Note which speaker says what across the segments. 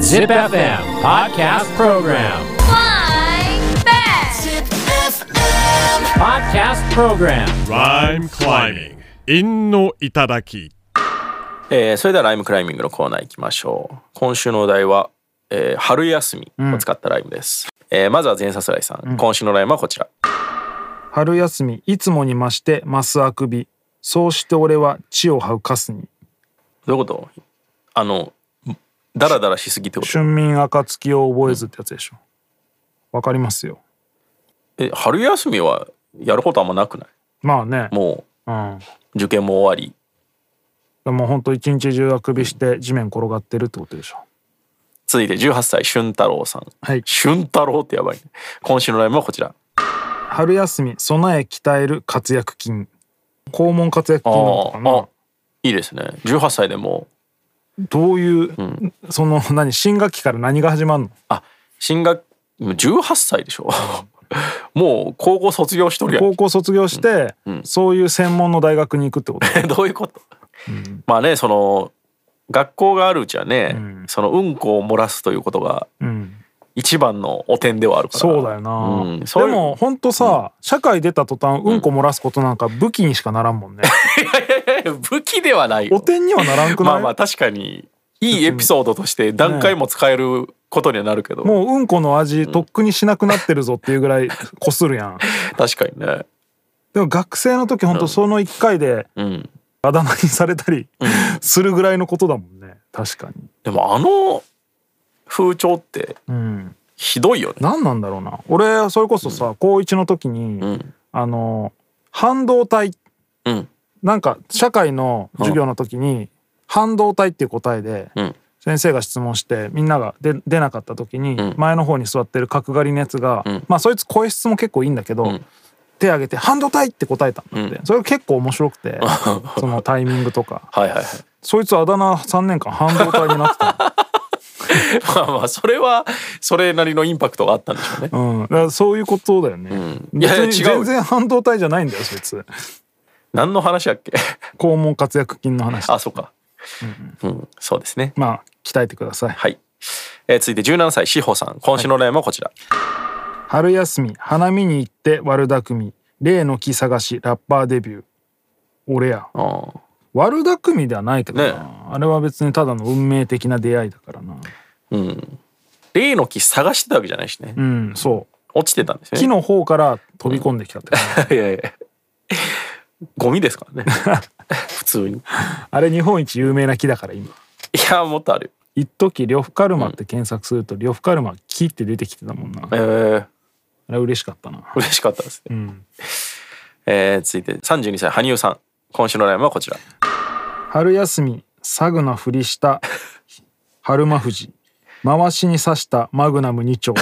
Speaker 1: Zip FM Podcast Program.
Speaker 2: Flying back.
Speaker 1: Podcast Program.
Speaker 3: Rhyme climbing. 陰の頂き。
Speaker 4: えーそれではライムクライミングのコーナー行きましょう今週のお題は、えー春休みを使ったライムです、えーまずは前さすらいさん、今週のライムはこちら
Speaker 5: 春休みいつもに増してマスあくびそうして俺は地を這うかすに
Speaker 4: どういうことあのダラダラしすぎってこと
Speaker 5: 春眠暁を覚えずってやつでしょわかりますよ
Speaker 4: え春休みはやることあんまなくない
Speaker 5: まあね
Speaker 4: も
Speaker 5: うん
Speaker 4: う受験も終わり
Speaker 5: でもほんと一日中あくびして地面転がってるってことでしょ
Speaker 4: 続いて18歳俊太郎さん
Speaker 5: はい
Speaker 4: 俊太郎ってやばいね今週のライムはこちら
Speaker 5: 春休み備え鍛える活躍筋肛門活躍筋なのか
Speaker 4: あー
Speaker 5: な
Speaker 4: あいいですね18歳でもう
Speaker 5: どういう、その何新学期から何が始まるの
Speaker 4: あ新学18歳でしょ もう高校卒業しとるやん
Speaker 5: 高校卒業して、そういう専門の大学に行くってこと
Speaker 4: どういうこと、まあねその学校があるうちはね、そのうんこを漏らすということが
Speaker 5: うん
Speaker 4: 一番の汚点ではあるから
Speaker 5: そうだよな、
Speaker 4: うん
Speaker 5: で
Speaker 4: そういう
Speaker 5: もほんとさ、社会出た途端うんこ漏らすことなんか武器にしかならんもんね、
Speaker 4: 武器ではないよ
Speaker 5: お点にはならんくない
Speaker 4: まあまあ確かにいいエピソードとして段階も使えることにはなるけど、
Speaker 5: もううんこの味とっくにしなくなってるぞっていうぐらいこするやん
Speaker 4: 確かにね
Speaker 5: でも学生の時ほんとその1回で
Speaker 4: うん
Speaker 5: あだ名にされたりするぐらいのことだもんね確かに
Speaker 4: でもあの風潮って
Speaker 5: うん
Speaker 4: ひどいよね
Speaker 5: 何なんだろうな俺それこそさ、高1の時に、
Speaker 4: ん
Speaker 5: あの半導体
Speaker 4: うん
Speaker 5: なんか社会の授業の時に半導体っていう答えで
Speaker 4: うん
Speaker 5: 先生が質問してみんなが出出なかった時に
Speaker 4: ん
Speaker 5: 前の方に座ってる角刈りのやつが、
Speaker 4: ん
Speaker 5: まあそいつ声質も結構いいんだけど、
Speaker 4: ん
Speaker 5: 手挙げて「半導体!」って答えたんだって、
Speaker 4: う
Speaker 5: それが結構面白 くてそのタイミングとか
Speaker 4: はいはいはい
Speaker 5: そいつあだ名3年間半導体になってた
Speaker 4: まあまあそれはそれなりのインパクトがあったんでしょうね
Speaker 5: の、うん、だからそういうことだよね、
Speaker 4: んいやいや
Speaker 5: 別に
Speaker 4: 違うよ
Speaker 5: 全然半導体じゃないんだよそいつ
Speaker 4: 何の話だっけ
Speaker 5: 肛門活躍筋の話
Speaker 4: あそうかうん、そうですね
Speaker 5: まあ鍛えてください
Speaker 4: はい。えー続いて17歳、志保さん。今週の例もこちら。
Speaker 5: 春休み花見に行って悪巧み例の木探しラッパーデビュー俺や
Speaker 4: ああ
Speaker 5: 悪巧みではないけどな、
Speaker 4: ね
Speaker 5: あれは別にただの運命的な出会いだからな
Speaker 4: うん。例の木探してたわけじゃないしね。
Speaker 5: うんそう
Speaker 4: 落ちてたんですよ
Speaker 5: 木
Speaker 4: ね。
Speaker 5: の方から飛び込んできたっ て、
Speaker 4: いやいや。ゴミですから ね。普通に。い
Speaker 5: あれ日本一有名な木だから今
Speaker 4: や、もっとある
Speaker 5: 一時呂布カルマって検索すると呂布カルマ木って出てきてたもんな、
Speaker 4: よ。えー、
Speaker 5: あれ嬉しかったな
Speaker 4: 嬉しかったですね。
Speaker 5: ん
Speaker 4: えー続いて32歳、羽生さん。今週の例もこちら。
Speaker 5: 春休みサグなふりした春間富士回しに刺したマグナム2丁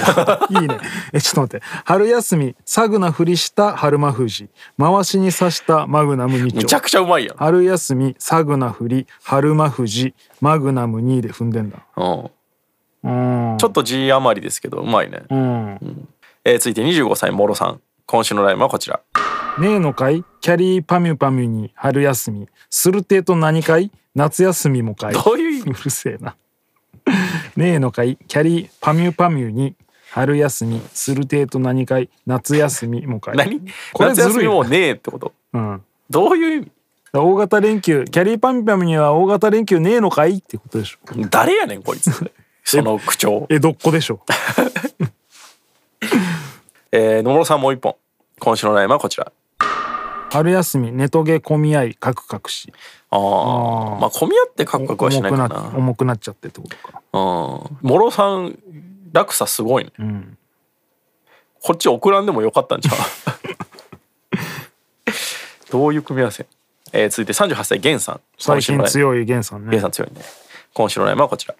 Speaker 5: いいねえちょっと待って春休みサグなふりした春間富士回しに刺したマグナム2
Speaker 4: めちゃ
Speaker 5: 丁
Speaker 4: くちゃうまいやん。
Speaker 5: 春休みサグなふり春間富士マグナム2で踏んでんだ
Speaker 4: うん。
Speaker 5: うん
Speaker 4: ちょっと G 余りですけど、うまいね。
Speaker 5: うん
Speaker 4: えー続いて25歳、もろさん。今週の例もこちら。
Speaker 5: ねえのかいキャリーパミュパミュに春休みするてえと何かい夏休みもかい
Speaker 4: どういう意味
Speaker 5: うるせえな。ねえのかい、キャリーパミュパミュに。春休み、するてえと何かい、夏休みもかい。
Speaker 4: 何
Speaker 5: これ
Speaker 4: 夏
Speaker 5: ず
Speaker 4: 休
Speaker 5: るい
Speaker 4: み
Speaker 5: よ。
Speaker 4: もねえってこと
Speaker 5: うん。
Speaker 4: どういう意味
Speaker 5: 大型連休、キャリーパミュパミュには大型連休ねえのかいってことでし ょ。
Speaker 4: 誰やねんこ いつその口調
Speaker 5: 江戸っ子でしょ。
Speaker 4: えー、野村さんもう一本今週のラインはこちら
Speaker 5: 春休み、ネトゲ混み合い、カクカクし。
Speaker 4: ああ
Speaker 5: あー
Speaker 4: まあ混み合ってカク
Speaker 5: 重
Speaker 4: カクはしない
Speaker 5: く
Speaker 4: か
Speaker 5: な、
Speaker 4: な
Speaker 5: 重くなっちゃってってことか。
Speaker 4: うん諸さん落差すごいね、
Speaker 5: ん
Speaker 4: こっち送らんでもよかったんちゃ うどういう組み合わせえー、続いて38歳源さん
Speaker 5: 最近
Speaker 4: い
Speaker 5: 強いゲンさんね
Speaker 4: 源。さん強いね今週のラインはこちら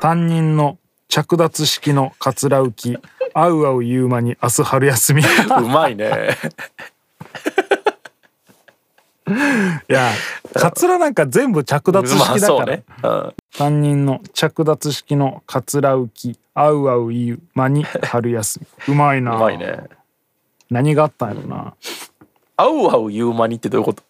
Speaker 5: 担任の着脱式のカツラ 浮き。あうあう言う間に明日春休みいう
Speaker 4: まい ね
Speaker 5: やカツラなんか全部着脱式だ
Speaker 4: ま
Speaker 5: か
Speaker 4: あ
Speaker 5: ら、
Speaker 4: そうね、うん、
Speaker 5: 担任の着脱式のかつら浮きあうあう言う間 に春休みうまいな
Speaker 4: うまいね
Speaker 5: 何があったんやろな
Speaker 4: 会う会う言う間にってどういうこと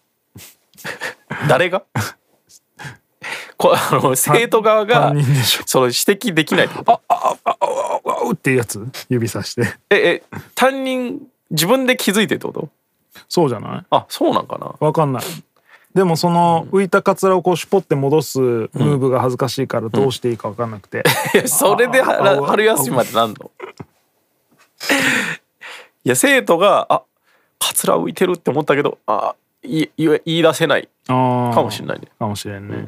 Speaker 4: 誰が こあの生徒側が
Speaker 5: 担任でしょ
Speaker 4: その指摘できないってこと
Speaker 5: ああああああうっていうやつ指さして
Speaker 4: ええ担任自分で気づいてってこと
Speaker 5: そうじゃない
Speaker 4: あそうなんかな
Speaker 5: わかんないでもその浮いたカツラをこうシュポって戻すムーブが恥ずかしいからどうしていいかわかんなくて、
Speaker 4: いやそれでは
Speaker 5: あ
Speaker 4: ら
Speaker 5: あ
Speaker 4: 春休みまでなんのいや生徒があカツラ浮いてるって思ったけどあい言え言い出せない
Speaker 5: あー
Speaker 4: かもしれないね、
Speaker 5: かもしれんね、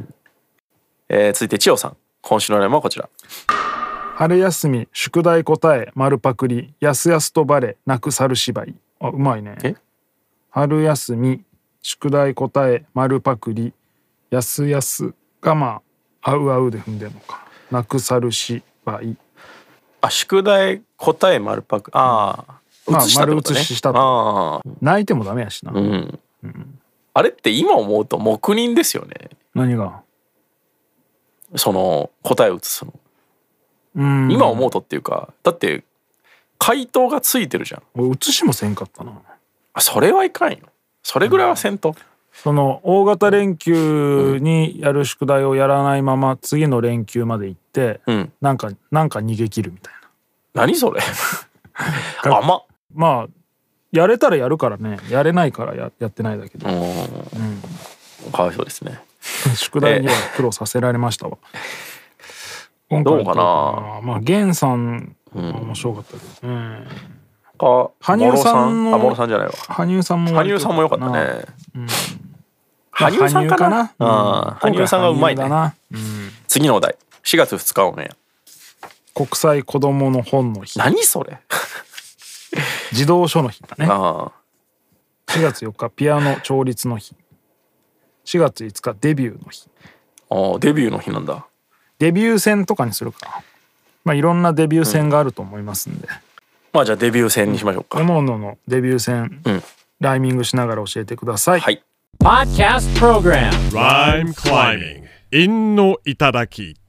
Speaker 4: えー続いて千代さん今週のラインはこちら
Speaker 5: 春休み宿題答え丸パクリやすやすとバレ泣く猿芝居あうまいね
Speaker 4: え
Speaker 5: 春休み宿題答え丸パクリやすやすがまああうあうで踏んでんのかな泣く猿芝居
Speaker 4: あ宿題答え丸パクああ
Speaker 5: まあ
Speaker 4: 写したってことね
Speaker 5: 丸写ししたと
Speaker 4: ああ
Speaker 5: 泣いてもダメやしな、
Speaker 4: うん、あれって今思うと黙認ですよね
Speaker 5: 何が
Speaker 4: その答えを写すの
Speaker 5: うん
Speaker 4: 今思うとっていうかだって回答がついてるじゃん
Speaker 5: 俺写しもせんかったな
Speaker 4: あそれはいかんよそれぐらいはせんと、
Speaker 5: その大型連休にやる宿題をやらないまま次の連休まで行って、
Speaker 4: うん
Speaker 5: なんかなんか逃げ切るみたいな
Speaker 4: 何 それ甘っ
Speaker 5: まあやれたらやるからねやれないからややってないだけ
Speaker 4: う
Speaker 5: ど、
Speaker 4: ーんかわいそうですね
Speaker 5: 宿題には苦労させられましたわ、今回
Speaker 4: どうかな
Speaker 5: まあ源さん
Speaker 4: ん
Speaker 5: 面白かったけど、うん
Speaker 4: あ
Speaker 5: 羽生さんの
Speaker 4: 諸あモロさんじゃないわ
Speaker 5: 羽生さんも
Speaker 4: 羽生さんも良かったね
Speaker 5: まあ
Speaker 4: 羽生さんかな
Speaker 5: 羽生かな
Speaker 4: うん羽生さんがうまいね
Speaker 5: 今回羽生だな
Speaker 4: 次のお題4月2日オンエ
Speaker 5: 国際子どもの本の日
Speaker 4: ア何そ れ
Speaker 5: 児童書の日だね
Speaker 4: あ
Speaker 5: 4月4日ピアノ調律の日4月5日デビューの日
Speaker 4: ーあーデビューの日なんだ
Speaker 5: デビュー戦とかにするかなまあいろんなデビュー戦があると思いますんで、
Speaker 4: まあじゃあデビュー戦にしましょうか、
Speaker 5: 各々のデビュー戦、
Speaker 4: うん
Speaker 5: ライミングしながら教えてください、
Speaker 4: はい
Speaker 1: Podcast Program
Speaker 3: Rhyme climbing. 陰の頂き。